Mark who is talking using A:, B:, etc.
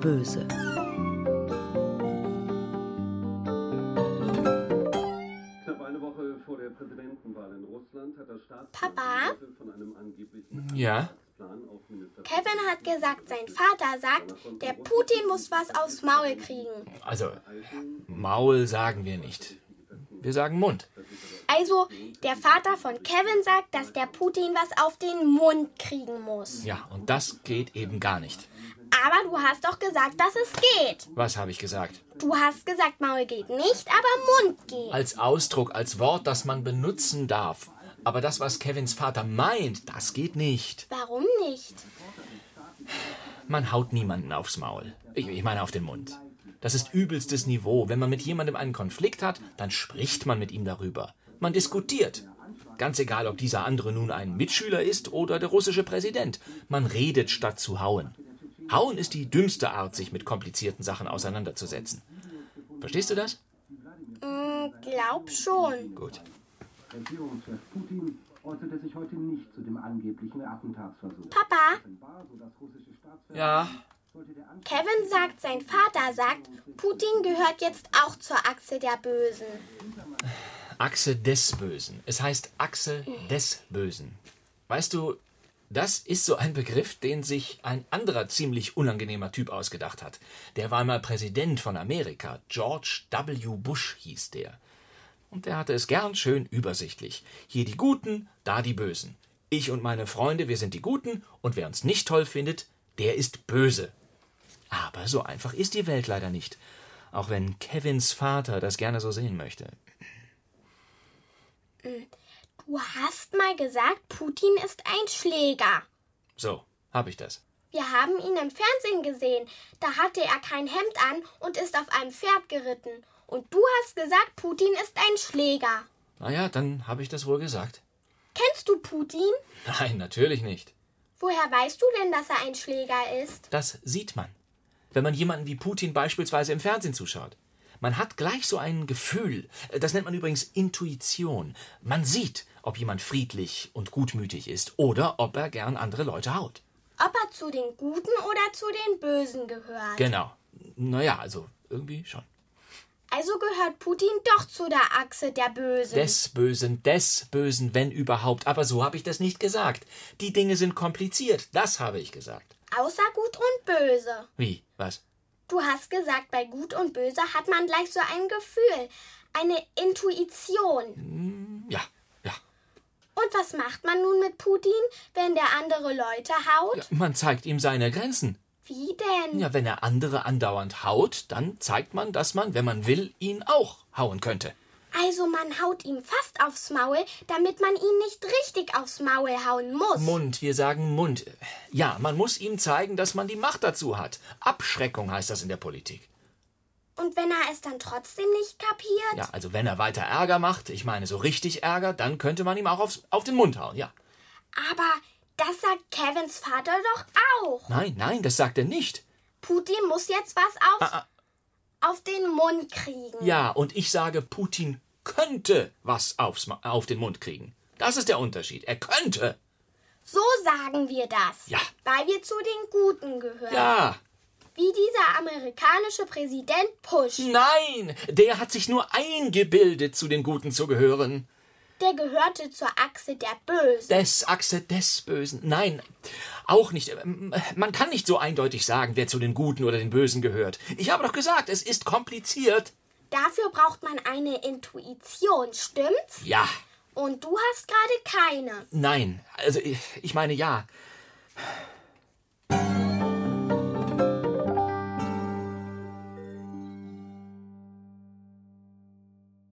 A: Böse.
B: Knapp eine Woche vor der Präsidentenwahl in Russland hat das Staats
C: Papa?
B: von einem angeblichen
D: Ja.
B: Plan auf Minister
C: Kevin hat gesagt, sein Vater sagt, der Putin muss was aufs Maul kriegen.
D: Also, Maul sagen wir nicht. Wir sagen Mund.
C: Also, der Vater von Kevin sagt, dass der Putin was auf den Mund kriegen muss.
D: Ja, und das geht eben gar nicht.
C: Aber du hast doch gesagt, dass es geht.
D: Was habe ich gesagt?
C: Du hast gesagt, Maul geht nicht, aber Mund geht.
D: Als Ausdruck, als Wort, das man benutzen darf. Aber das, was Kevins Vater meint, das geht nicht.
C: Warum nicht?
D: Man haut niemanden aufs Maul. Ich, ich meine auf den Mund. Das ist übelstes Niveau. Wenn man mit jemandem einen Konflikt hat, dann spricht man mit ihm darüber. Man diskutiert. Ganz egal, ob dieser andere nun ein Mitschüler ist oder der russische Präsident. Man redet statt zu hauen. Hauen ist die dümmste Art, sich mit komplizierten Sachen auseinanderzusetzen. Verstehst du das?
C: Hm, glaub schon.
D: Gut.
E: Regierungschef Putin äußerte sich heute nicht zu dem angeblichen Attentatsversuch.
C: Papa,
E: Offenbar, so das russische Staatsfernsehen
D: Ja,
E: sollte der Anschlag
C: Kevin sagt, sein Vater sagt, Putin gehört jetzt auch zur Achse der Bösen.
D: Achse des Bösen. Es heißt Achse des Bösen. Weißt du, das ist so ein Begriff, den sich ein anderer ziemlich unangenehmer Typ ausgedacht hat. Der war mal Präsident von Amerika. George W. Bush hieß der. Und der hatte es gern schön übersichtlich. Hier die Guten, da die Bösen. Ich und meine Freunde, wir sind die Guten, und wer uns nicht toll findet, der ist böse. Aber so einfach ist die Welt leider nicht. Auch wenn Kevins Vater das gerne so sehen möchte.
C: Du hast mal gesagt, Putin ist ein Schläger.
D: So, hab ich das.
C: Wir haben ihn im Fernsehen gesehen. Da hatte er kein Hemd an und ist auf einem Pferd geritten. Und du hast gesagt, Putin ist ein Schläger.
D: Naja, dann habe ich das wohl gesagt.
C: Kennst du Putin?
D: Nein, natürlich nicht.
C: Woher weißt du denn, dass er ein Schläger ist?
D: Das sieht man. Wenn man jemanden wie Putin beispielsweise im Fernsehen zuschaut. Man hat gleich so ein Gefühl. Das nennt man übrigens Intuition. Man sieht, ob jemand friedlich und gutmütig ist oder ob er gern andere Leute haut.
C: Ob er zu den Guten oder zu den Bösen gehört.
D: Genau. Naja, also irgendwie schon.
C: also gehört Putin doch zu der Achse der Bösen.
D: Des Bösen, des Bösen, wenn überhaupt. Aber so habe ich das nicht gesagt. Die Dinge sind kompliziert. Das habe ich gesagt.
C: außer Gut und Böse.
D: Wie? Was?
C: Du hast gesagt, bei Gut und Böse hat man gleich so ein Gefühl. Eine Intuition.
D: Ja, ja.
C: Und was macht man nun mit Putin, wenn der andere Leute haut?
D: Ja, Man zeigt ihm seine Grenzen.
C: Wie denn?
D: Ja, wenn er andere andauernd haut, dann zeigt man, dass man, wenn man will, ihn auch hauen könnte.
C: Also man haut ihm fast aufs Maul, damit man ihn nicht richtig aufs Maul hauen muss.
D: Mund, wir sagen Mund. Ja, man muss ihm zeigen, dass man die Macht dazu hat. Abschreckung heißt das in der Politik.
C: Und wenn er es dann trotzdem nicht kapiert?
D: Ja, also wenn er weiter Ärger macht, ich meine so richtig Ärger, dann könnte man ihm auch aufs, auf den Mund hauen, ja.
C: Aber das sagt Kevins Vater doch auch.
D: Nein, nein, das sagt er nicht.
C: Putin muss jetzt was auf, auf den Mund kriegen.
D: Ah, Ja, und ich sage, Putin könnte was aufs, Ma- auf den Mund kriegen. Das ist der Unterschied. Er könnte.
C: So sagen wir das.
D: Ja.
C: Weil wir zu den Guten gehören.
D: Ja.
C: Wie dieser amerikanische Präsident Bush.
D: Nein, der hat sich nur eingebildet, zu den Guten zu gehören.
C: Der gehörte zur Achse der Bösen.
D: Des Achse des Bösen. Nein, auch nicht. Ähm, Man kann nicht so eindeutig sagen, wer zu den Guten oder den Bösen gehört. Ich habe doch gesagt, es ist kompliziert.
C: Dafür braucht man eine Intuition, stimmt's?
D: Ja,
C: Und du hast gerade keine.
D: nein. Also ich- ich meine ja.